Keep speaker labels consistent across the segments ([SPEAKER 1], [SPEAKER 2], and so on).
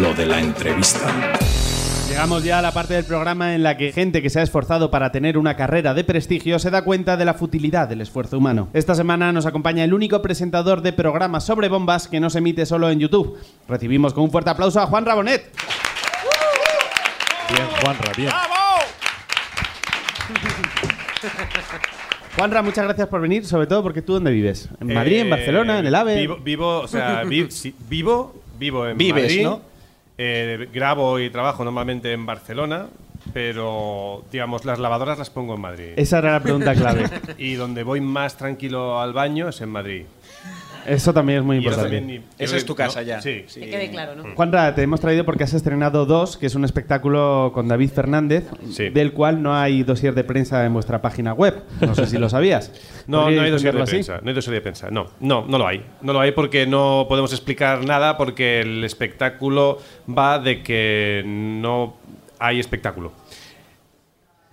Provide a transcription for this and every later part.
[SPEAKER 1] Lo de la entrevista.
[SPEAKER 2] Llegamos ya a la parte del programa en la que gente que se ha esforzado para tener una carrera de prestigio se da cuenta de la futilidad del esfuerzo humano. Esta semana nos acompaña el único presentador de programas sobre bombas que no se emite solo en YouTube. Recibimos con un fuerte aplauso a Juan Rabonet.
[SPEAKER 3] Bien, Juanra, bien.
[SPEAKER 2] Juanra, muchas gracias por venir, sobre todo porque tú dónde vives? ¿En Madrid, en
[SPEAKER 4] Eh,
[SPEAKER 2] Barcelona, en el AVE?
[SPEAKER 4] Vivo, vivo, o sea, vi- sí, vivo, vivo en
[SPEAKER 2] Vives,
[SPEAKER 4] Madrid.
[SPEAKER 2] ¿no?
[SPEAKER 4] Eh, grabo y trabajo normalmente en Barcelona, pero digamos las lavadoras las pongo en Madrid.
[SPEAKER 2] Esa era la pregunta clave.
[SPEAKER 4] Y donde voy más tranquilo al baño es en Madrid.
[SPEAKER 2] Eso pues también es muy
[SPEAKER 4] Y eso
[SPEAKER 2] importante.
[SPEAKER 4] también ni-
[SPEAKER 5] Esa
[SPEAKER 4] yo-
[SPEAKER 5] es tu casa
[SPEAKER 4] no,
[SPEAKER 5] ya.
[SPEAKER 4] Sí, sí.
[SPEAKER 6] Que quede claro, ¿no?
[SPEAKER 2] Juanra, te hemos traído porque has estrenado Dos, que es un espectáculo con David Fernández,
[SPEAKER 4] Sí.
[SPEAKER 2] del cual no hay dossier de prensa en vuestra página web. No sé si lo sabías.
[SPEAKER 4] No, no
[SPEAKER 2] ¿Podríais
[SPEAKER 4] hay dossier de
[SPEAKER 2] ponerlo así?
[SPEAKER 4] prensa. No hay dossier de prensa. No, no, no lo hay. No lo hay porque no podemos explicar nada porque el espectáculo va de que no hay espectáculo.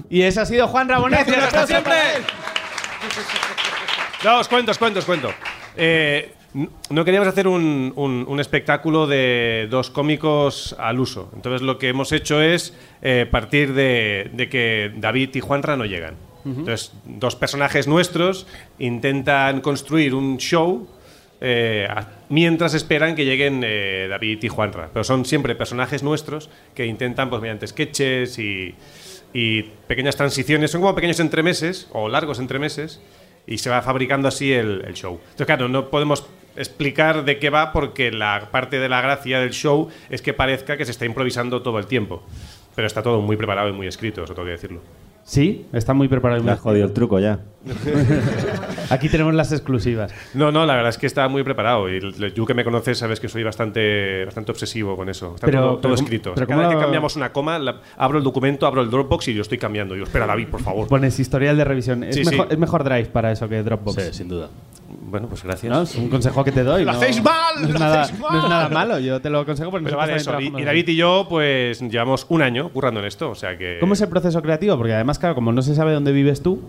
[SPEAKER 2] Y ese ha sido Juan Rabonet. ¡Un aplauso para él!
[SPEAKER 4] No, os cuento, os cuento, os cuento. Eh, n- no queríamos hacer un, un- un espectáculo de dos cómicos al uso. Entonces lo que hemos hecho es eh, partir de, de que David y Juanra no llegan. Entonces, dos personajes nuestros intentan construir un show eh, a- mientras esperan que lleguen eh, David y Juanra. Pero son siempre personajes nuestros que intentan, pues mediante sketches y, y pequeñas transiciones, son como pequeños entremeses o largos entremeses y se va fabricando así el, el show. Entonces, claro, no podemos explicar de qué va porque la parte de la gracia del show es que parezca que se está improvisando todo el tiempo. Pero está todo muy preparado y muy escrito, eso tengo que decirlo.
[SPEAKER 2] Sí, está muy preparado. y
[SPEAKER 3] Me
[SPEAKER 2] muy
[SPEAKER 3] has jodido el truco ya.
[SPEAKER 2] escrito. Aquí tenemos las exclusivas.
[SPEAKER 4] No, no, la verdad es que está muy preparado y l- tú que me conoces sabes que soy bastante, bastante obsesivo con eso. Está
[SPEAKER 2] Pero-
[SPEAKER 4] todo, todo
[SPEAKER 2] pero ¿cómo-
[SPEAKER 4] escrito.
[SPEAKER 2] pero
[SPEAKER 4] Cada
[SPEAKER 2] cómo
[SPEAKER 4] vez que
[SPEAKER 2] lo-
[SPEAKER 4] cambiamos una coma, la- abro el documento, abro el Dropbox y yo estoy cambiando. Yo, espera, David, por favor.
[SPEAKER 2] Pones historial de revisión. Es,
[SPEAKER 4] Sí, sí.
[SPEAKER 2] mejor, es mejor Drive para eso que Dropbox.
[SPEAKER 3] Sí, sin duda.
[SPEAKER 4] Bueno, pues gracias.
[SPEAKER 2] ¿No? Es un consejo que te doy.
[SPEAKER 4] ¡Lo
[SPEAKER 2] no-
[SPEAKER 4] hacéis mal!
[SPEAKER 2] No es,
[SPEAKER 4] ¡Lo
[SPEAKER 2] nada,
[SPEAKER 4] hacéis
[SPEAKER 2] no es nada malo, yo te lo aconsejo. porque
[SPEAKER 4] Pero
[SPEAKER 2] nosotros
[SPEAKER 4] vale,
[SPEAKER 2] también trabajamos
[SPEAKER 4] Pues eso. Y, y
[SPEAKER 2] en-
[SPEAKER 4] David eh, y yo, pues llevamos un año currando en esto. O sea que.
[SPEAKER 2] ¿Cómo es el proceso creativo? Porque además, claro, como no se sabe dónde vives tú,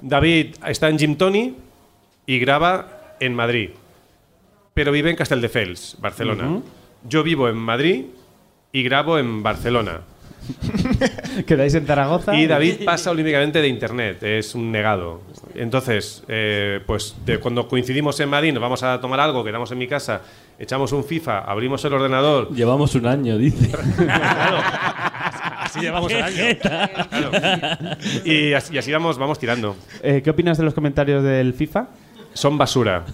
[SPEAKER 4] David está en Gym Tony y graba en Madrid. Pero vive en Castelldefels, Barcelona. Yo vivo en Madrid y grabo en Barcelona.
[SPEAKER 2] quedáis en Zaragoza.
[SPEAKER 4] Y David pasa olímpicamente de internet, es un negado. Entonces, eh, pues de cuando coincidimos en Madrid, nos vamos a tomar algo, quedamos en mi casa, echamos un FIFA, abrimos el ordenador.
[SPEAKER 3] Llevamos un año, dice.
[SPEAKER 4] Así llevamos el año. Claro. Y así, y así vamos, vamos tirando.
[SPEAKER 2] Eh, ¿Qué opinas de los comentarios del FIFA?
[SPEAKER 4] Son basura.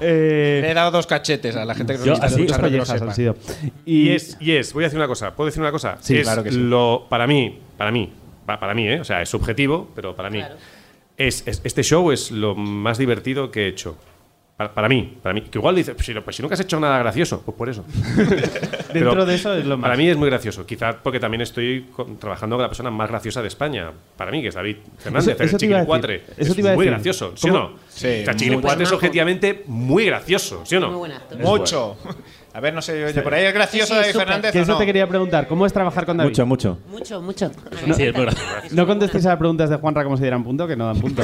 [SPEAKER 2] Eh,
[SPEAKER 5] Le he dado dos cachetes a la gente que nos
[SPEAKER 3] Yo,
[SPEAKER 5] está
[SPEAKER 3] así,
[SPEAKER 2] dos
[SPEAKER 5] escuchando. que no
[SPEAKER 2] collejas han
[SPEAKER 5] sepa.
[SPEAKER 2] sido.
[SPEAKER 4] Y
[SPEAKER 2] Y,
[SPEAKER 4] es, y es, voy a decir una cosa, ¿puedo decir una cosa?
[SPEAKER 2] Sí,
[SPEAKER 4] Es
[SPEAKER 5] claro que sí.
[SPEAKER 4] Lo, para mí, para mí, pa- para mí, ¿eh? o sea, es subjetivo, pero para mí. Es, es- este show es lo más divertido que he hecho. Para, para mí, para mí. Que igual dices, pues si, no- pues si nunca has hecho nada gracioso, pues por eso.
[SPEAKER 2] dentro
[SPEAKER 4] Pero
[SPEAKER 2] de eso es lo más.
[SPEAKER 4] Para mí es muy gracioso, quizás porque también estoy con- trabajando con la persona más graciosa de España, para mí, que es David Fernández,
[SPEAKER 2] eso
[SPEAKER 4] el
[SPEAKER 2] te iba a decir.
[SPEAKER 4] Chiquilicuatre.
[SPEAKER 2] Eso
[SPEAKER 4] es
[SPEAKER 2] te iba a
[SPEAKER 4] muy
[SPEAKER 2] decir.
[SPEAKER 4] gracioso, ¿sí o
[SPEAKER 2] ¿Cómo?
[SPEAKER 4] no?
[SPEAKER 5] Sí,
[SPEAKER 4] O sea,
[SPEAKER 5] muy
[SPEAKER 4] Chiquilicuatre es
[SPEAKER 6] bueno.
[SPEAKER 4] objetivamente muy gracioso, ¿sí o no?
[SPEAKER 6] Muy buen actor.
[SPEAKER 5] Mucho. A ver, no sé, oye, por ahí es gracioso
[SPEAKER 6] Sí, sí,
[SPEAKER 5] David
[SPEAKER 6] súper.
[SPEAKER 5] Fernández.
[SPEAKER 2] que
[SPEAKER 5] o
[SPEAKER 2] eso
[SPEAKER 5] no?
[SPEAKER 2] te quería preguntar, ¿cómo es trabajar con David?
[SPEAKER 3] Mucho, mucho.
[SPEAKER 6] Mucho, mucho.
[SPEAKER 3] Sí, es muy gracioso.
[SPEAKER 2] No contestéis a las preguntas de Juanra como si dieran punto, que no dan punto.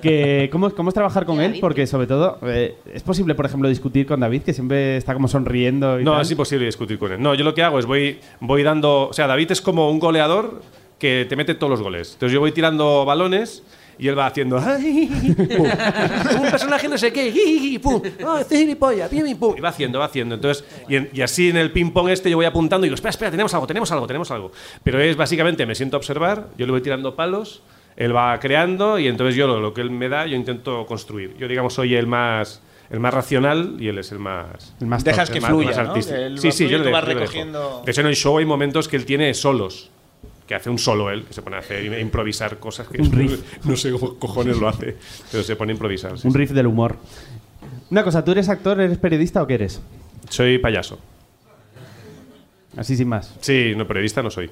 [SPEAKER 2] que, ¿cómo, es, ¿Cómo es trabajar con él? Porque, sobre todo, eh, es posible, por ejemplo, discutir con David, que siempre está como sonriendo. Y
[SPEAKER 4] No, pues,
[SPEAKER 2] tal?
[SPEAKER 4] es imposible discutir con él. No, yo lo que hago es voy, voy dando. O sea, David es como un goleador que te mete todos los goles. Entonces yo voy tirando balones y él va haciendo. ¡Ay! pum. un personaje no sé qué. ¡Gi, gi, pum! ¡Oh, este gilipollas! ¡Pim, pim, pum! Y va haciendo, va haciendo. Entonces, y, en- y así en el ping-pong este yo voy apuntando y digo, espera, espera, tenemos algo, tenemos algo, tenemos algo. Pero es básicamente, me siento a observar, yo le voy tirando palos. Él va creando y entonces yo lo, lo que él me da, yo intento construir. Yo, digamos, soy el más, el más racional y él es el más
[SPEAKER 2] El más
[SPEAKER 5] Dejas
[SPEAKER 2] top.
[SPEAKER 5] que
[SPEAKER 4] más-
[SPEAKER 5] fluya,
[SPEAKER 4] más
[SPEAKER 5] ¿no?
[SPEAKER 4] artístico.
[SPEAKER 5] Que él
[SPEAKER 4] sí,
[SPEAKER 5] va
[SPEAKER 4] sí, yo
[SPEAKER 5] fluyendo,
[SPEAKER 4] le
[SPEAKER 5] va
[SPEAKER 4] dejo, yo le dejo.
[SPEAKER 5] recogiendo-
[SPEAKER 4] De hecho, en el show hay momentos que él tiene solos. Que hace un solo él, que se pone a hacer e improvisar cosas que no sé cómo cojones lo hace, pero se pone a improvisar. sí.
[SPEAKER 2] Un riff del humor. Una cosa, ¿tú eres actor, eres periodista o qué eres?
[SPEAKER 4] Soy payaso.
[SPEAKER 2] Así sin más.
[SPEAKER 4] Sí, no, periodista no soy.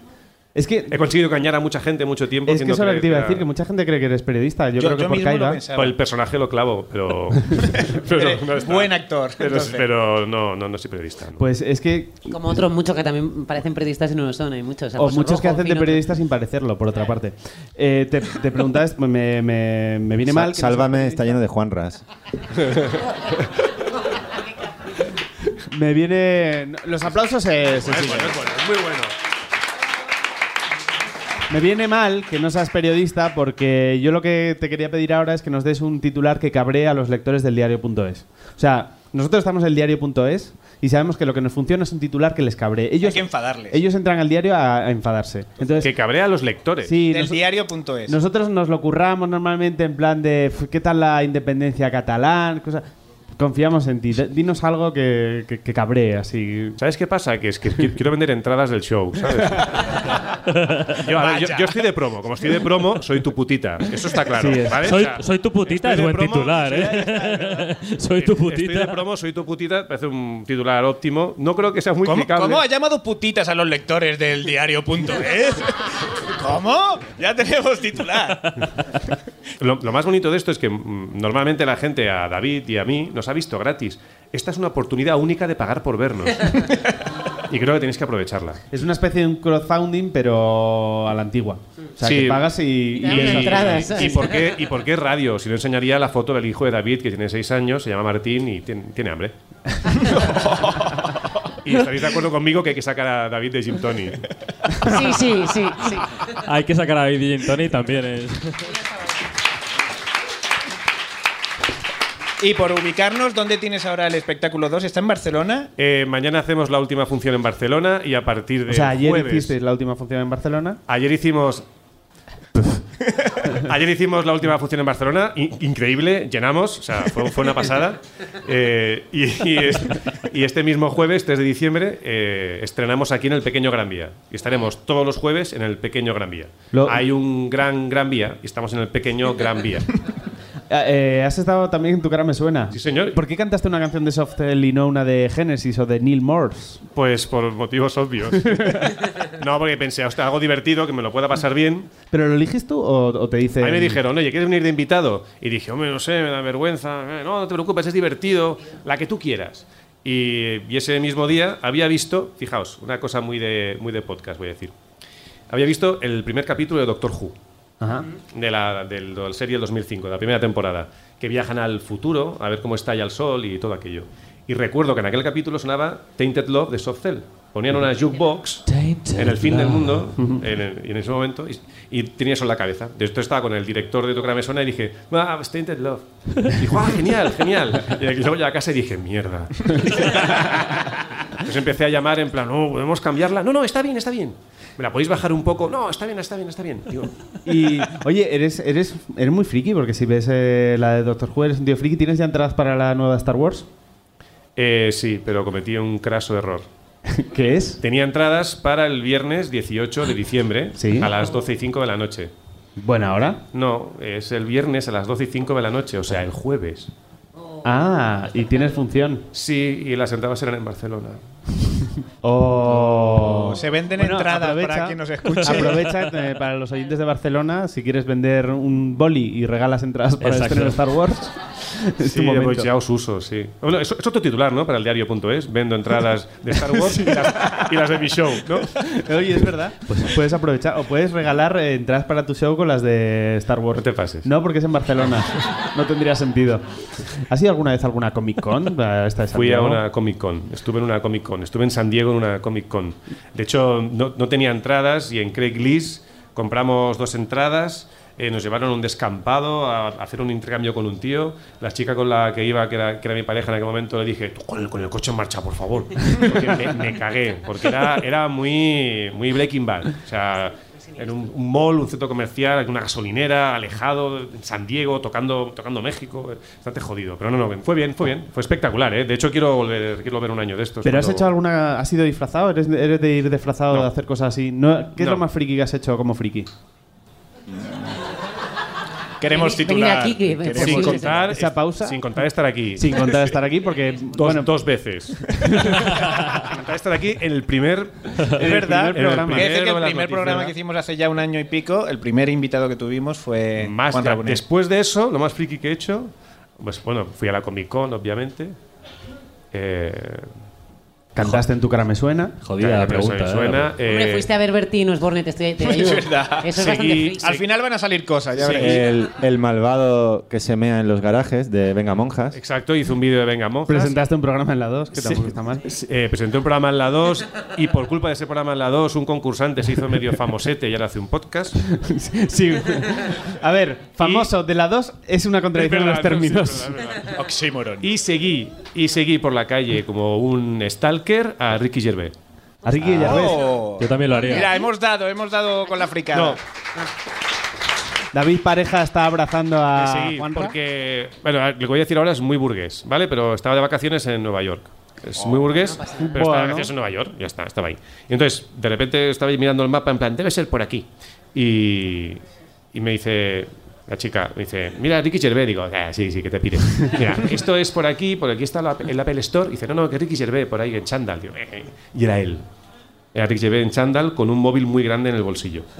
[SPEAKER 2] Es que,
[SPEAKER 4] He conseguido engañar a mucha gente mucho tiempo.
[SPEAKER 2] es que
[SPEAKER 4] haciendo
[SPEAKER 2] eso es lo que
[SPEAKER 4] creer
[SPEAKER 2] te iba a
[SPEAKER 4] era-
[SPEAKER 2] decir, que mucha gente cree que eres periodista. Yo,
[SPEAKER 5] Yo,
[SPEAKER 2] creo que
[SPEAKER 5] yo
[SPEAKER 2] por
[SPEAKER 5] mismo lo
[SPEAKER 2] caiga.
[SPEAKER 5] pensaba.
[SPEAKER 4] Pues el personaje lo clavo, pero. pero
[SPEAKER 5] Eres
[SPEAKER 4] no está.
[SPEAKER 5] buen actor,
[SPEAKER 4] Pero,
[SPEAKER 5] entonces.
[SPEAKER 4] pero no, no, no soy periodista. no.
[SPEAKER 2] Pues es que
[SPEAKER 6] Como otros muchos que también parecen periodistas y no lo son, hay muchos.
[SPEAKER 2] O muchos que hacen de
[SPEAKER 6] periodistas
[SPEAKER 2] periodistas sin parecerlo, por otra parte. Eh, te, te preguntas, me, me, me viene
[SPEAKER 3] Sa-
[SPEAKER 2] mal. que no
[SPEAKER 3] sálvame,
[SPEAKER 2] seas
[SPEAKER 3] está lleno de Juanras.
[SPEAKER 2] periodista. Me viene. Los aplausos se, se
[SPEAKER 4] es
[SPEAKER 2] siguen.
[SPEAKER 4] bueno, es bueno, es muy bueno.
[SPEAKER 2] Me viene mal que no seas periodista porque yo lo que te quería pedir ahora es que nos des un titular que cabree a los lectores del diario.es. O sea, nosotros estamos en el diario.es y sabemos que lo que nos funciona es un titular que les cabree. Ellos,
[SPEAKER 5] Hay que enfadarles.
[SPEAKER 2] Ellos entran al diario a, a enfadarse. Entonces,
[SPEAKER 4] Que cabrea a los lectores.
[SPEAKER 2] sí,
[SPEAKER 5] Del
[SPEAKER 2] noso-
[SPEAKER 5] diario.es.
[SPEAKER 2] nosotros nos lo curramos normalmente en plan de "F, ¿qué tal la independencia catalán? Cosa- Confiamos en ti. D- Dinos algo que, que- que cabree, así.
[SPEAKER 4] ¿Sabes qué pasa? Que es que qui- quiero vender entradas del show, ¿sabes? Yo, a ver, yo- yo estoy de promo. Como estoy de promo, soy tu putita. Eso está claro.
[SPEAKER 2] Sí, es.
[SPEAKER 4] ¿vale? O
[SPEAKER 3] Soy,
[SPEAKER 4] sea,
[SPEAKER 3] soy tu
[SPEAKER 4] estoy
[SPEAKER 3] putita, es
[SPEAKER 4] de
[SPEAKER 3] buen
[SPEAKER 4] promo,
[SPEAKER 3] titular,
[SPEAKER 4] sí, ahí
[SPEAKER 3] ¿eh? soy tu
[SPEAKER 4] Estoy de
[SPEAKER 3] putita.
[SPEAKER 4] promo, soy tu putita. Parece un titular óptimo. No creo que sea muy
[SPEAKER 5] ¿Cómo,
[SPEAKER 4] clicable.
[SPEAKER 5] cómo ha llamado putitas a los lectores del diario.es? ¿Cómo? Ya tenemos titular.
[SPEAKER 4] Lo, lo más bonito de esto es que mm, normalmente la gente, a David y a mí, nos ha visto gratis. Esta es una oportunidad única de pagar por vernos. y creo que tenéis que aprovecharla.
[SPEAKER 2] Es una especie de un crowdfunding, pero a la antigua. O sea,
[SPEAKER 4] Sí.
[SPEAKER 2] que pagas y.
[SPEAKER 6] Y
[SPEAKER 2] y-
[SPEAKER 6] te dan entradas.
[SPEAKER 4] ¿Y por, qué, ¿Y por qué radio? Si no enseñaría la foto del hijo de David, que tiene seis años, se llama Martín y tiene, tiene hambre. y estaréis de acuerdo conmigo que hay que sacar a David de Jim Tony.
[SPEAKER 6] Sí, sí, sí, sí.
[SPEAKER 3] Hay que sacar a David Gin Tony también. ¿eh? Es.
[SPEAKER 5] Y por ubicarnos, ¿dónde tienes ahora el espectáculo 2? ¿Está en Barcelona?
[SPEAKER 4] Eh, mañana hacemos la última función en Barcelona y a partir de.
[SPEAKER 2] O sea, ayer
[SPEAKER 4] jueves,
[SPEAKER 2] hicisteis la última función en Barcelona.
[SPEAKER 4] Ayer hicimos. Ayer hicimos la última función en Barcelona, in- increíble, llenamos, o sea, fue, fue una pasada. Eh, y, y es- y este mismo jueves, 3 de diciembre, eh, estrenamos aquí en el Pequeño Gran Vía. Y estaremos todos los jueves en el Pequeño Gran Vía.
[SPEAKER 2] Lo-
[SPEAKER 4] Hay un gran Gran Vía y estamos en el Pequeño Gran Vía.
[SPEAKER 2] Ah, eh, has estado también en tu cara me suena.
[SPEAKER 4] Sí, señor.
[SPEAKER 2] ¿Por qué cantaste una canción de Softel y no una de Genesis o de Neil Morse?
[SPEAKER 4] Pues por motivos obvios. No, porque pensé, hostia, algo divertido, que me lo pueda pasar bien.
[SPEAKER 2] ¿Pero lo eliges tú o, o te dice?
[SPEAKER 4] A mí me dijeron, oye, ¿quieres venir de invitado? Y dije, hombre, no sé, me da vergüenza. Eh, No, no te preocupes, es divertido, la que tú quieras. Y, y ese mismo día había visto, fijaos, una cosa muy de, muy de podcast, voy a decir. Había visto el primer capítulo de Doctor Who,
[SPEAKER 2] Ajá.
[SPEAKER 4] de la, del, de la serie del 2005, de la primera temporada, que viajan al futuro a ver cómo estalla el sol y todo aquello. Y recuerdo que en aquel capítulo sonaba Tainted Love de Soft Cell. Ponían una jukebox en el fin del mundo, en, el- en ese momento, y, y tenía eso en la cabeza. De esto estaba con el director de Tu cara me suena y dije, ah, it's Tainted Love. Y dijo, ah, genial, genial. Y luego llegué a casa y dije, mierda. Entonces empecé a llamar en plan, no, podemos cambiarla. No, no, está bien, está bien. ¿Me la podéis bajar un poco? No, está bien, está bien, está bien. Digo,
[SPEAKER 2] Y, oye, eres, eres, eres muy friki porque si ves eh, la de Doctor Who, eres un tío friki. ¿Tienes ya entradas para la nueva Star Wars?
[SPEAKER 4] Eh, sí, pero cometí un craso error.
[SPEAKER 2] ¿Qué es?
[SPEAKER 4] Tenía entradas para el viernes 18 de diciembre
[SPEAKER 2] Sí.
[SPEAKER 4] a las 12 y 5 de la noche.
[SPEAKER 2] Buena hora.
[SPEAKER 4] No, es el viernes a las 12 y 5 de la noche, o sea, el jueves.
[SPEAKER 2] Ah, y tienes función.
[SPEAKER 4] Sí, y las entradas eran en Barcelona.
[SPEAKER 2] Oh.
[SPEAKER 5] Se venden entradas para quien nos escuche.
[SPEAKER 2] Aprovecha eh, para los oyentes de Barcelona, si quieres vender un boli y regalas entradas para el
[SPEAKER 3] Exacto.
[SPEAKER 2] estreno de Star Wars. es tu
[SPEAKER 4] Sí,
[SPEAKER 2] este momento.
[SPEAKER 4] pues ya os uso, sí. Bueno, es, es otro titular, ¿no? Para el diario.es. Vendo entradas de Star Wars y, las, y las de mi show, ¿no?
[SPEAKER 2] Oye, es verdad. Pues puedes aprovechar o puedes regalar eh, entradas para tu show con las de Star Wars.
[SPEAKER 4] No te pases.
[SPEAKER 2] No, porque es en Barcelona. No tendría sentido. ¿Has ido alguna vez a alguna Comic Con? A esta de
[SPEAKER 4] Fui a
[SPEAKER 2] Santiago?
[SPEAKER 4] una Comic Con, estuve en una Comic Con, estuve en San Diego en una Comic Con. De hecho, no, no tenía entradas y en Craigslist compramos dos entradas, eh, nos llevaron a un descampado a, a hacer un intercambio con un tío. La chica con la que iba, que era, que era mi pareja en aquel momento, le dije, "Tú con el, con el coche en marcha, por favor. Porque me, me cagué, porque era, era muy, muy Breaking Bad. O sea, en un, un mall, un centro comercial, en una gasolinera, alejado, en San Diego, tocando, tocando México. eh, Bastante jodido. Pero no, no, fue bien, fue bien. Fue espectacular, ¿eh? De hecho, quiero volver, quiero volver un año de estos.
[SPEAKER 2] ¿Pero has
[SPEAKER 4] cuando-
[SPEAKER 2] hecho alguna. ¿Has sido disfrazado? ¿Eres, eres de ir disfrazado,
[SPEAKER 4] No.
[SPEAKER 2] de hacer cosas así? ¿No? ¿Qué es
[SPEAKER 4] No.
[SPEAKER 2] lo más friki que has hecho como friki?
[SPEAKER 5] Queremos
[SPEAKER 6] Venid- venid
[SPEAKER 5] titular.
[SPEAKER 6] aquí, que-
[SPEAKER 5] Queremos-
[SPEAKER 6] Sí,
[SPEAKER 4] Sin
[SPEAKER 6] sí,
[SPEAKER 4] contar,
[SPEAKER 2] sí. Esa pausa.
[SPEAKER 4] Sin contar estar aquí.
[SPEAKER 2] Sin contar estar aquí, porque.
[SPEAKER 4] Dos,
[SPEAKER 2] bueno,
[SPEAKER 4] dos veces. Sin contar estar aquí en el primer.
[SPEAKER 5] Es verdad,
[SPEAKER 4] en el
[SPEAKER 5] Hay que decir que
[SPEAKER 4] de las
[SPEAKER 5] el primer
[SPEAKER 4] noticias,
[SPEAKER 5] programa
[SPEAKER 4] ¿verdad?
[SPEAKER 5] que hicimos hace ya un año y pico, el primer invitado que tuvimos fue
[SPEAKER 4] Más
[SPEAKER 5] eh, Juan
[SPEAKER 4] ya-
[SPEAKER 5] Rabonet.
[SPEAKER 4] después de eso, lo más friki que he hecho, pues bueno, fui a la Comic Con, obviamente. Eh,
[SPEAKER 2] Cantaste en tu cara me suena.
[SPEAKER 3] Jodida la
[SPEAKER 4] Claro,
[SPEAKER 3] pregunta.
[SPEAKER 4] me
[SPEAKER 3] ¿eh?
[SPEAKER 4] suena,
[SPEAKER 6] Hombre,
[SPEAKER 4] eh,
[SPEAKER 6] fuiste a ver Bertino Osborne, te estoy te
[SPEAKER 5] Es
[SPEAKER 6] ayudo.
[SPEAKER 5] verdad.
[SPEAKER 6] Eso
[SPEAKER 4] Seguí-
[SPEAKER 6] es bastante
[SPEAKER 5] Al
[SPEAKER 6] friki.
[SPEAKER 5] final van a salir cosas, ya
[SPEAKER 4] eh,
[SPEAKER 5] veréis.
[SPEAKER 7] El, el malvado que se mea en los garajes de Venga Monjas.
[SPEAKER 4] Exacto, hizo un vídeo de Venga Monjas.
[SPEAKER 2] Presentaste un programa en la 2, que tampoco está mal.
[SPEAKER 4] Eh, presentó un programa en la 2 y por culpa de ese programa en la 2 un concursante se hizo medio famosete y ahora hace un podcast.
[SPEAKER 2] Sí. A ver, famoso de la 2 es una contradicción en los términos.
[SPEAKER 5] Oxímoron.
[SPEAKER 4] Y seguí, y seguí por la calle como un stalker a Ricky Gervais.
[SPEAKER 2] Así que ya ves.
[SPEAKER 5] Oh.
[SPEAKER 3] Yo también lo haría.
[SPEAKER 5] Mira, hemos dado, hemos dado con la fricada.
[SPEAKER 4] No,
[SPEAKER 2] David Pareja está abrazando
[SPEAKER 4] le
[SPEAKER 2] a
[SPEAKER 4] seguí
[SPEAKER 2] Juanra.
[SPEAKER 4] porque, bueno, a- lo que voy a decir ahora es muy burgués, ¿vale? Pero estaba de vacaciones en Nueva York. Es
[SPEAKER 2] Oh,
[SPEAKER 4] muy burgués, pero estaba de
[SPEAKER 2] Bueno.
[SPEAKER 4] vacaciones en Nueva York, ya está, estaba ahí. Y entonces, de repente estaba ahí mirando el mapa en plan, debe ser por aquí. Y, y me dice la chica, me dice, mira, Ricky Gervais, digo, "Ah, sí, sí, que te pide. Mira, esto es por aquí, por aquí está la- el Apple Store. Y dice, no, no, que Ricky Gervais, por ahí, en chándal. Digo, "Eh, eh". Y era él. Era Ricky Gervais en chándal con un móvil muy grande en el bolsillo.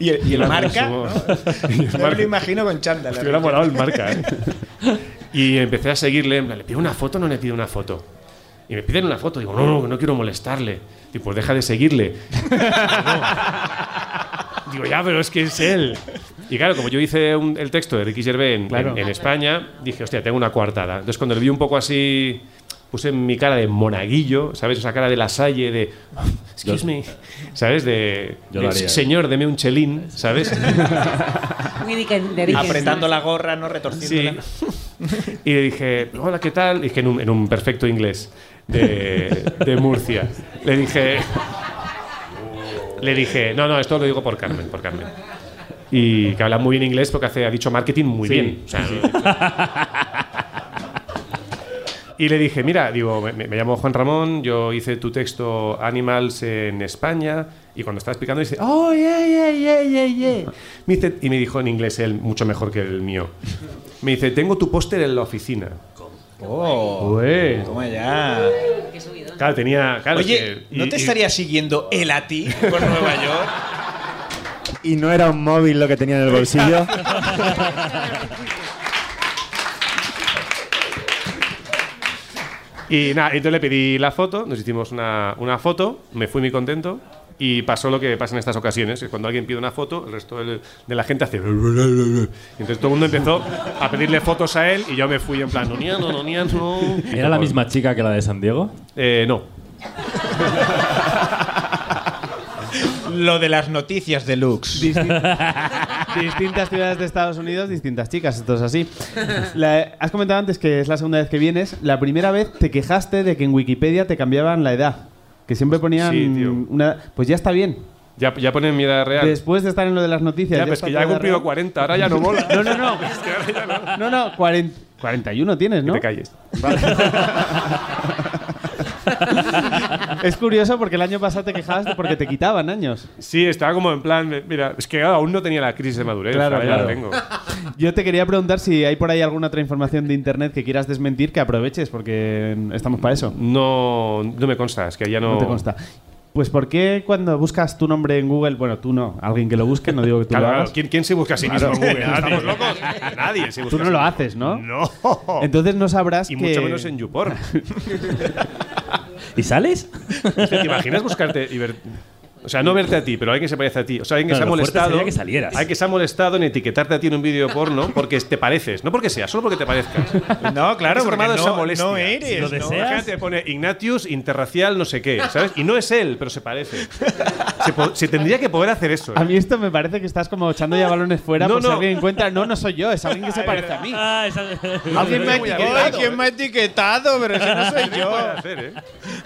[SPEAKER 5] Y el, y el marca.
[SPEAKER 4] Su-
[SPEAKER 5] ¿no?
[SPEAKER 4] Y el
[SPEAKER 5] Yo me
[SPEAKER 4] marca.
[SPEAKER 5] lo imagino con chándal.
[SPEAKER 4] Estoy enamorado del marca, ¿eh? Y empecé a seguirle, en plan, ¿le pido una foto o no le pido una foto? Y me piden una foto, digo, no, no, no quiero molestarle. Y pues deja de seguirle. No. Digo, ya, pero es que es él. Y claro, como yo hice un- el texto de Ricky Gervais en,
[SPEAKER 2] Claro.
[SPEAKER 4] en- en España, dije, hostia, tengo una coartada. Entonces cuando le vi un poco así, puse mi cara de monaguillo, ¿sabes? Esa cara de la salle, de, "Oh, excuse me, ¿sabes? De,
[SPEAKER 3] Yo lo
[SPEAKER 4] de,
[SPEAKER 3] haría. ¿eh?
[SPEAKER 4] señor, deme un chelín, ¿sabes?
[SPEAKER 6] Muy Dicken- de Dickens.
[SPEAKER 5] Apretando la gorra, no
[SPEAKER 4] Sí.
[SPEAKER 5] retorciéndola.
[SPEAKER 4] y le dije, hola, ¿qué tal? Y dije en un, en un perfecto inglés de, de Murcia. Le dije. Le dije, no, no, esto lo digo por Carmen, por Carmen. Y que habla muy bien inglés porque hace, ha dicho marketing muy bien. O sea, y le dije, mira, digo, me, me llamo Juan Ramón, yo hice tu texto Animals en España, y cuando estaba explicando dice, oh, yeah, yeah, yeah, yeah, yeah. Me dice, y me dijo en inglés él, mucho mejor que el mío. Me dice, tengo tu póster en la oficina.
[SPEAKER 5] Oh.
[SPEAKER 4] Ué.
[SPEAKER 5] Toma ya.
[SPEAKER 4] Claro, tenía... Claro,
[SPEAKER 5] Oye,
[SPEAKER 4] que- y-
[SPEAKER 5] ¿no te
[SPEAKER 4] y-
[SPEAKER 5] estaría siguiendo él a ti por Nueva York?
[SPEAKER 7] Y no era un móvil lo que tenía en el bolsillo.
[SPEAKER 4] Y nada, entonces le pedí la foto, nos hicimos una, una foto, me fui muy contento y pasó lo que pasa en estas ocasiones, que cuando alguien pide una foto, el resto del- de, la gente hace... Y entonces todo el mundo empezó a pedirle fotos a él y yo me fui en plan, no, nia, no, no, nia, no. Y
[SPEAKER 3] ¿Era la
[SPEAKER 4] como-
[SPEAKER 3] misma chica que la de San Diego?
[SPEAKER 4] Eh, no.
[SPEAKER 5] Lo de las noticias de Lux.
[SPEAKER 2] Disti- distintas ciudades de Estados Unidos, distintas chicas, esto es así. La- has comentado antes que es la segunda vez que vienes. La primera vez te quejaste de que en Wikipedia te cambiaban la edad. Que siempre ponían
[SPEAKER 4] Sí, tío.
[SPEAKER 2] una. Pues ya está bien.
[SPEAKER 4] Ya, ya ponen mi edad real.
[SPEAKER 2] Después de estar en lo de las noticias.
[SPEAKER 4] ya, pero es
[SPEAKER 2] está
[SPEAKER 4] que ya he
[SPEAKER 2] toda
[SPEAKER 4] cumplido
[SPEAKER 2] rara.
[SPEAKER 4] 40, ahora ya no mola.
[SPEAKER 2] No, no, no. No, no, 40 41 tienes, ¿no?
[SPEAKER 4] te calles.
[SPEAKER 2] Es curioso porque el año pasado te quejabas de- porque te quitaban años.
[SPEAKER 4] Sí, estaba como en plan, de- mira, es que aún no tenía la crisis de madurez,
[SPEAKER 2] Claro,
[SPEAKER 4] ahora ya
[SPEAKER 2] claro.
[SPEAKER 4] la tengo.
[SPEAKER 2] Yo te quería preguntar si hay por ahí alguna otra información de internet que quieras desmentir que aproveches porque mm, estamos para eso.
[SPEAKER 4] No, no me consta, es que ya no...
[SPEAKER 2] No te consta. Pues ¿por qué cuando buscas tu nombre en Google, bueno, tú no, alguien que lo busque, no digo que tú
[SPEAKER 4] Claro,
[SPEAKER 2] lo
[SPEAKER 4] claro,
[SPEAKER 2] hagas.
[SPEAKER 4] ¿Quién, quién se busca a sí mismo en Google? ¿Estamos locos? Nadie se
[SPEAKER 2] Tú
[SPEAKER 4] busca a
[SPEAKER 2] no
[SPEAKER 4] sí
[SPEAKER 2] lo
[SPEAKER 4] mismo.
[SPEAKER 2] haces, ¿no?
[SPEAKER 4] No.
[SPEAKER 2] Entonces no sabrás
[SPEAKER 4] y
[SPEAKER 2] que-
[SPEAKER 4] mucho menos en YouPorn.
[SPEAKER 3] ¿Y sales?
[SPEAKER 4] ¿Te imaginas buscarte y ver- O sea, no verte a ti, pero alguien que se parece a ti. O sea, alguien que
[SPEAKER 3] No,
[SPEAKER 4] se ha
[SPEAKER 3] lo fuerte
[SPEAKER 4] molestado.
[SPEAKER 3] sería que salieras.
[SPEAKER 4] Alguien que se ha molestado en etiquetarte a ti en un vídeo porno porque te pareces. No porque seas, solo porque te parezcas.
[SPEAKER 5] No, claro,
[SPEAKER 4] Has
[SPEAKER 5] porque
[SPEAKER 4] tomado
[SPEAKER 5] no,
[SPEAKER 4] esa molestia.
[SPEAKER 5] no eres.
[SPEAKER 3] Si lo
[SPEAKER 5] ¿no?
[SPEAKER 3] deseas.
[SPEAKER 4] Imagínate, pone Ignatius interracial no sé qué, ¿sabes? Y no es él, pero se parece. Se, po- se tendría que poder hacer eso. ¿eh?
[SPEAKER 2] A mí esto me parece que estás como echando ya balones fuera
[SPEAKER 4] No,
[SPEAKER 2] por si
[SPEAKER 4] no.
[SPEAKER 2] alguien encuentra, no, no soy yo, es alguien que se parece a mí.
[SPEAKER 3] Ah, esa-
[SPEAKER 2] Alguien me ha
[SPEAKER 4] Muy
[SPEAKER 2] etiquetado.
[SPEAKER 5] Ay, ¿quién me ha etiquetado? Pero ese no soy
[SPEAKER 4] Se
[SPEAKER 5] yo.
[SPEAKER 4] puede hacer, ¿eh?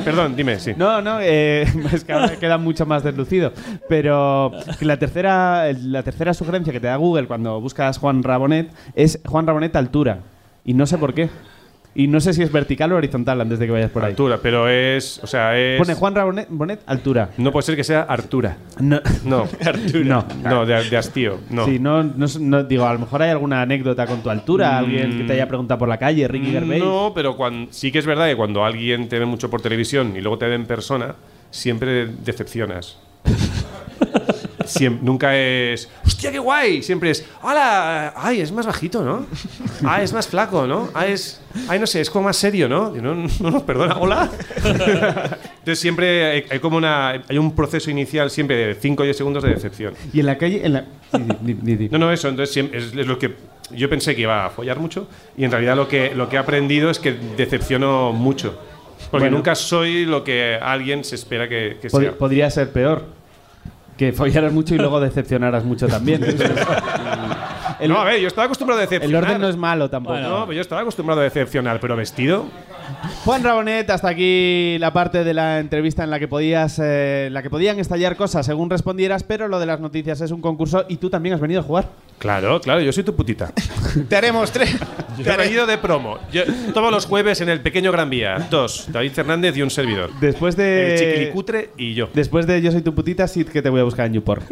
[SPEAKER 4] Perdón, dime, sí.
[SPEAKER 2] No, no, eh, es que ahora queda mucho más deslucido. Pero que la tercera, la tercera sugerencia que te da Google cuando buscas Juan Rabonet es Juan Rabonet altura. Y no sé por qué. Y no sé si es vertical o horizontal antes de que vayas por ahí.
[SPEAKER 4] Artura, pero es. O sea, es.
[SPEAKER 2] Pone Juan Rabonet Bonet, altura.
[SPEAKER 4] No puede ser que sea Artura.
[SPEAKER 2] No.
[SPEAKER 4] No.
[SPEAKER 2] No.
[SPEAKER 4] No, de, de hastío. No.
[SPEAKER 2] Sí, no, no, s- no- digo, a lo mejor hay alguna anécdota con tu altura, alguien que te haya preguntado por la calle, Ricky Gervais.
[SPEAKER 4] Mm. No, pero cuan- sí que es verdad que cuando alguien te ve mucho por televisión y luego te ve en persona, siempre decepcionas. Siem- nunca es. "Hostia, hostia, qué guay. Siempre es, hola, ay, es más bajito, ¿no? Ah, es más flaco, ¿no? Ah, es, ay, no sé, es como más serio, ¿no? Y no, no, no, perdona, hola. Entonces siempre hay, hay como una, hay un proceso inicial siempre de 5 o 10 segundos de decepción.
[SPEAKER 2] Y en la calle. En la... Sí, di, di, di.
[SPEAKER 4] No, no, eso. Entonces siem- es, es lo que yo pensé que iba a follar mucho y en realidad lo que, lo que he aprendido es que decepciono mucho. Porque
[SPEAKER 2] Bueno.
[SPEAKER 4] nunca soy lo que alguien se espera que, que
[SPEAKER 2] Pod-
[SPEAKER 4] sea.
[SPEAKER 2] podría ser peor. Que follaras mucho y luego decepcionaras mucho también. el,
[SPEAKER 4] no, a ver, yo estaba acostumbrado a
[SPEAKER 2] el
[SPEAKER 4] decepcionar.
[SPEAKER 2] orden no es malo tampoco.
[SPEAKER 4] No, pero yo estaba acostumbrado a decepcionar, pero vestido.
[SPEAKER 2] Juan Rabonet, hasta aquí la parte de la entrevista en la que podías, eh, en la que podían estallar cosas según respondieras, pero lo de las noticias es un concurso y tú también has venido a jugar.
[SPEAKER 4] Claro, claro, yo soy tu putita.
[SPEAKER 5] Te haremos tres.
[SPEAKER 4] Yo
[SPEAKER 5] te
[SPEAKER 4] he
[SPEAKER 5] haré-
[SPEAKER 4] venido de promo. Yo- todos los jueves en el pequeño Gran Vía. Dos, David Fernández y un servidor.
[SPEAKER 2] Después de
[SPEAKER 4] El chiquilicutre y yo.
[SPEAKER 2] Después de Yo soy tu putita, sí que te voy a buscar en YouPorn.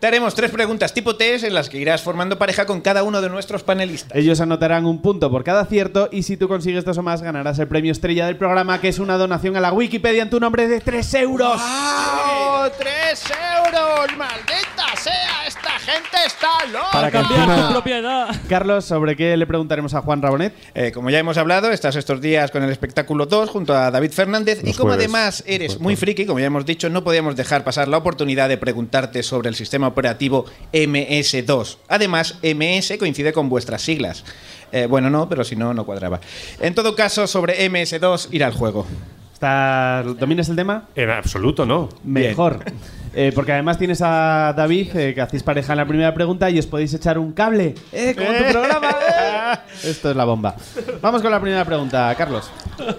[SPEAKER 5] Te haremos tres preguntas tipo test en las que irás formando pareja con cada uno de nuestros panelistas.
[SPEAKER 2] Ellos anotarán un punto por cada acierto y si tú consigues dos o más ganarás el premio estrella del programa, que es una donación a la Wikipedia en tu nombre de 3 euros.
[SPEAKER 5] Ah. ¡Wow! ¡Oh, ¡Tres euros! ¡Maldita sea! ¡Esta gente está loca!
[SPEAKER 7] Para
[SPEAKER 3] Cambiar
[SPEAKER 7] Encima-
[SPEAKER 3] tu propiedad.
[SPEAKER 2] Carlos, ¿sobre qué le preguntaremos a Juan Rabonet?
[SPEAKER 5] Eh, como ya hemos hablado, estás estos días con el espectáculo 2 junto a David Fernández y
[SPEAKER 7] Los
[SPEAKER 5] como
[SPEAKER 7] jueves.
[SPEAKER 5] además eres muy friki, como ya hemos dicho, no podíamos dejar pasar la oportunidad de preguntarte sobre el sistema operativo MS2. Además, MS coincide con vuestras siglas. Eh, bueno, no, pero si no, no cuadraba. En todo caso, sobre MS2 ir al juego.
[SPEAKER 2] ¿Estás- ¿Dominas el este tema?
[SPEAKER 4] En absoluto, no.
[SPEAKER 2] Mejor. Eh, porque además tienes a David, eh, que hacéis pareja en la primera pregunta y os podéis echar un cable. ¡Eh! Como tu programa. eh. Esto es la bomba. Vamos con la primera pregunta, Carlos.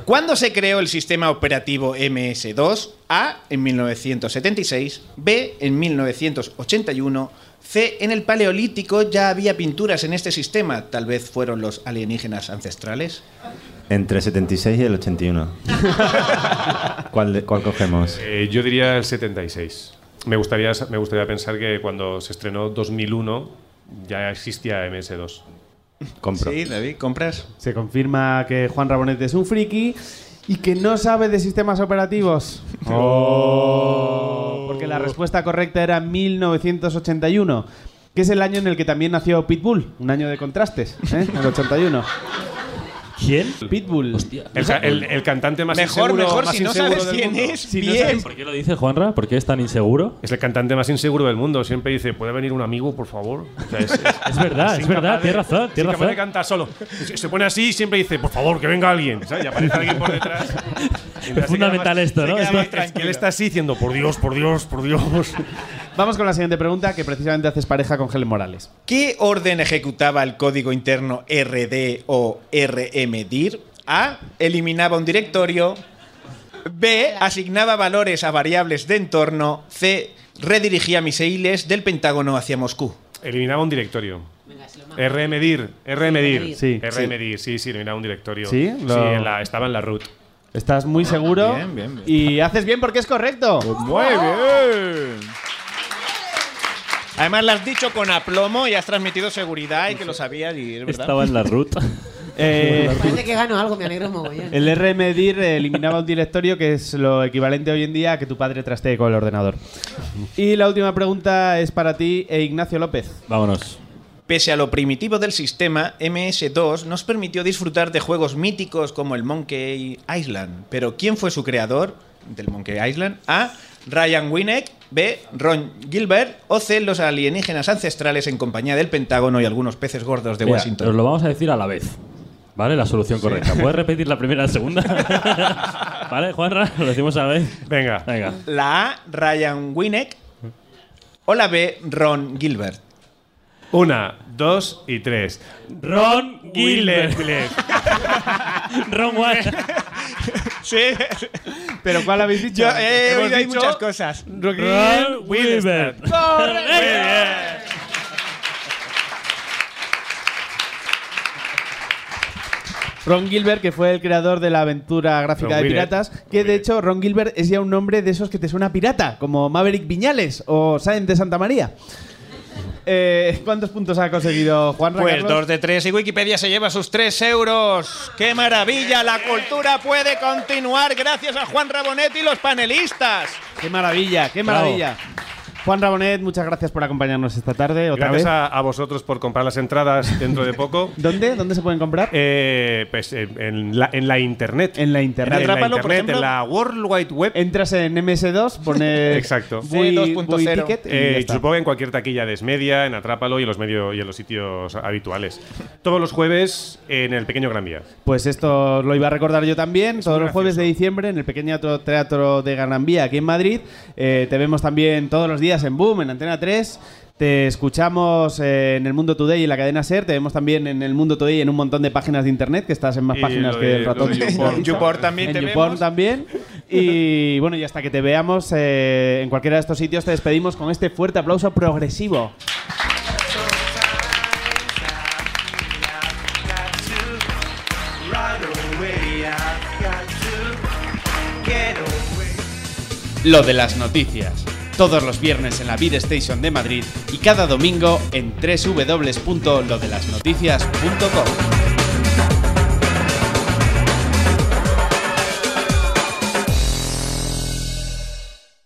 [SPEAKER 5] ¿Cuándo se creó el sistema operativo MS2? A. En 1976. B. En 1981. C. En el Paleolítico ya había pinturas en este sistema. Tal vez fueron los alienígenas ancestrales.
[SPEAKER 7] Entre 76 y el 81. ¿Cuál, de- cuál cogemos?
[SPEAKER 4] Eh, yo diría el 76. Me gustaría, me gustaría pensar que cuando se estrenó 2001 ya existía MS2.
[SPEAKER 7] Compro.
[SPEAKER 5] David, ¿compras?
[SPEAKER 2] Se confirma que Juan Rabonet es un friki y que no sabe de sistemas operativos.
[SPEAKER 5] Oh.
[SPEAKER 2] Oh, Porque la respuesta correcta era 1981, que es el año en el que también nació Pitbull. Un año de contrastes, ¿eh? El 81.
[SPEAKER 3] ¿Quién?
[SPEAKER 2] Pitbull.
[SPEAKER 4] El, ca- el- el cantante más
[SPEAKER 5] Mejor,
[SPEAKER 4] inseguro,
[SPEAKER 5] mejor,
[SPEAKER 4] más
[SPEAKER 5] si no
[SPEAKER 4] inseguro
[SPEAKER 5] sabes
[SPEAKER 4] del
[SPEAKER 5] quién
[SPEAKER 4] mundo.
[SPEAKER 5] es,
[SPEAKER 2] Si no
[SPEAKER 5] bien.
[SPEAKER 2] sabes-
[SPEAKER 3] ¿Por qué lo dice Juanra? ¿Por qué es tan inseguro?
[SPEAKER 4] Es el cantante más inseguro del mundo. Siempre dice, ¿puede venir un amigo, por favor? O sea, es,
[SPEAKER 3] Es verdad, es
[SPEAKER 4] incapaz
[SPEAKER 3] verdad,
[SPEAKER 4] de-
[SPEAKER 3] tienes razón,
[SPEAKER 4] es
[SPEAKER 3] tienes
[SPEAKER 4] incapaz de
[SPEAKER 3] razón.
[SPEAKER 4] cantar solo. Se- Se pone así y siempre dice, por favor, que venga alguien. ¿sabes? Y aparece alguien por detrás. Y se queda
[SPEAKER 3] fundamental
[SPEAKER 4] más-
[SPEAKER 3] esto,
[SPEAKER 4] se
[SPEAKER 3] ¿no?
[SPEAKER 4] queda
[SPEAKER 3] Esto-
[SPEAKER 4] más tranquilo. Él está así diciendo, por Dios, por Dios, por Dios.
[SPEAKER 2] Vamos con la siguiente pregunta, que precisamente haces pareja con Helen Morales.
[SPEAKER 5] ¿Qué orden ejecutaba el código interno RD o RMDIR? A. Eliminaba un directorio. B. Asignaba valores a variables de entorno. C. Redirigía misiles del Pentágono hacia Moscú.
[SPEAKER 4] Eliminaba un directorio.
[SPEAKER 6] Venga, es lo más.
[SPEAKER 4] RMDIR, RMDIR.
[SPEAKER 2] Sí.
[SPEAKER 4] RMDIR, sí, sí, eliminaba un directorio.
[SPEAKER 2] Sí,
[SPEAKER 4] sí
[SPEAKER 2] lo-
[SPEAKER 4] en la- estaba en la root.
[SPEAKER 2] Estás muy seguro
[SPEAKER 5] Bien, bien, bien.
[SPEAKER 2] y haces bien porque es correcto.
[SPEAKER 5] Muy bien. Además, lo has dicho con aplomo y has transmitido seguridad y que lo sabías y es verdad.
[SPEAKER 3] Estaba en la ruta.
[SPEAKER 2] Eh,
[SPEAKER 6] Parece que gano algo, me alegro un mogollón.
[SPEAKER 2] el RMDIR eliminaba un directorio que es lo equivalente hoy en día a que tu padre trastee con el ordenador. Y la última pregunta es para ti e Ignacio López.
[SPEAKER 3] Vámonos.
[SPEAKER 5] Pese a lo primitivo del sistema, MS2 nos permitió disfrutar de juegos míticos como el Monkey Island. Pero ¿quién fue su creador del Monkey Island? A. Ryan Winnick. B. Ron Gilbert. O C. Los alienígenas ancestrales en compañía del Pentágono y algunos peces gordos de
[SPEAKER 3] Mira,
[SPEAKER 5] Washington.
[SPEAKER 3] Os lo vamos a decir a la vez. ¿Vale? La solución correcta. ¿Puedes repetir la primera y la segunda? ¿Vale, Juanra? Lo decimos a la vez.
[SPEAKER 4] Venga.
[SPEAKER 3] Venga.
[SPEAKER 5] La A. Ryan Winnick. O la B. Ron Gilbert.
[SPEAKER 4] Una, dos y tres.
[SPEAKER 3] Ron Gilbert. Ron White.
[SPEAKER 5] Sí,
[SPEAKER 2] ¿Pero cuál habéis dicho?
[SPEAKER 5] yo eh, he
[SPEAKER 4] Hemos
[SPEAKER 5] oído ahí
[SPEAKER 4] dicho-
[SPEAKER 5] muchas cosas.
[SPEAKER 3] Ron Gilbert.
[SPEAKER 2] Ron Gilbert, que fue el creador de la aventura gráfica
[SPEAKER 4] Ron
[SPEAKER 2] de
[SPEAKER 4] Gilbert.
[SPEAKER 2] piratas, que de hecho Ron Gilbert es ya un nombre de esos que te suena a pirata, como Maverick Viñales o Sainz de Santa María. Eh, ¿Cuántos puntos ha conseguido Juan
[SPEAKER 5] Pues dos de tres y Wikipedia se lleva sus tres euros. ¡Qué maravilla! La cultura puede continuar gracias a Juan Rabonet y los panelistas.
[SPEAKER 2] ¡Qué maravilla, qué
[SPEAKER 3] Bravo.
[SPEAKER 2] maravilla! Juan Rabonet, muchas gracias por acompañarnos esta tarde otra
[SPEAKER 4] Gracias
[SPEAKER 2] vez.
[SPEAKER 4] a, a vosotros por comprar las entradas dentro de poco.
[SPEAKER 2] ¿Dónde? ¿Dónde se pueden comprar?
[SPEAKER 4] Eh, pues eh, en, la, en la internet.
[SPEAKER 2] en la internet.
[SPEAKER 4] En la
[SPEAKER 5] Atrápalo, por
[SPEAKER 4] internet,
[SPEAKER 5] ejemplo.
[SPEAKER 4] en la World Wide Web.
[SPEAKER 2] Entras en MS2, pones
[SPEAKER 4] Exacto.
[SPEAKER 2] Bui-
[SPEAKER 5] Sí, 2.0.
[SPEAKER 2] Bui Ticket y ya
[SPEAKER 4] Eh,
[SPEAKER 2] está.
[SPEAKER 4] supongo que en cualquier taquilla de Esmedia, en Atrápalo y en los medios y en los sitios habituales. Todos los jueves en el pequeño Gran Vía.
[SPEAKER 2] Pues esto lo iba a recordar yo también. Todos los jueves de diciembre en el pequeño teatro- teatro de Gran Vía aquí en Madrid. Eh, te vemos también todos los días en Boom, en Antena 3. Te escuchamos eh, en el Mundo Today y en la cadena Ser. Te vemos también en el Mundo Today en un montón de páginas de internet, que estás en más
[SPEAKER 4] Y
[SPEAKER 2] páginas
[SPEAKER 4] lo
[SPEAKER 2] que
[SPEAKER 4] de-
[SPEAKER 2] el
[SPEAKER 4] lo
[SPEAKER 2] ratón.
[SPEAKER 4] de YouPorn.
[SPEAKER 5] En YouPorn también
[SPEAKER 2] En
[SPEAKER 5] te
[SPEAKER 2] YouPorn
[SPEAKER 5] vemos.
[SPEAKER 2] también. Y bueno, y hasta que te veamos eh, en cualquiera de estos sitios, te despedimos con este fuerte aplauso progresivo. Lo de las noticias. Todos los viernes en la Beat Station de Madrid y cada domingo en www.lodelasnoticias.com.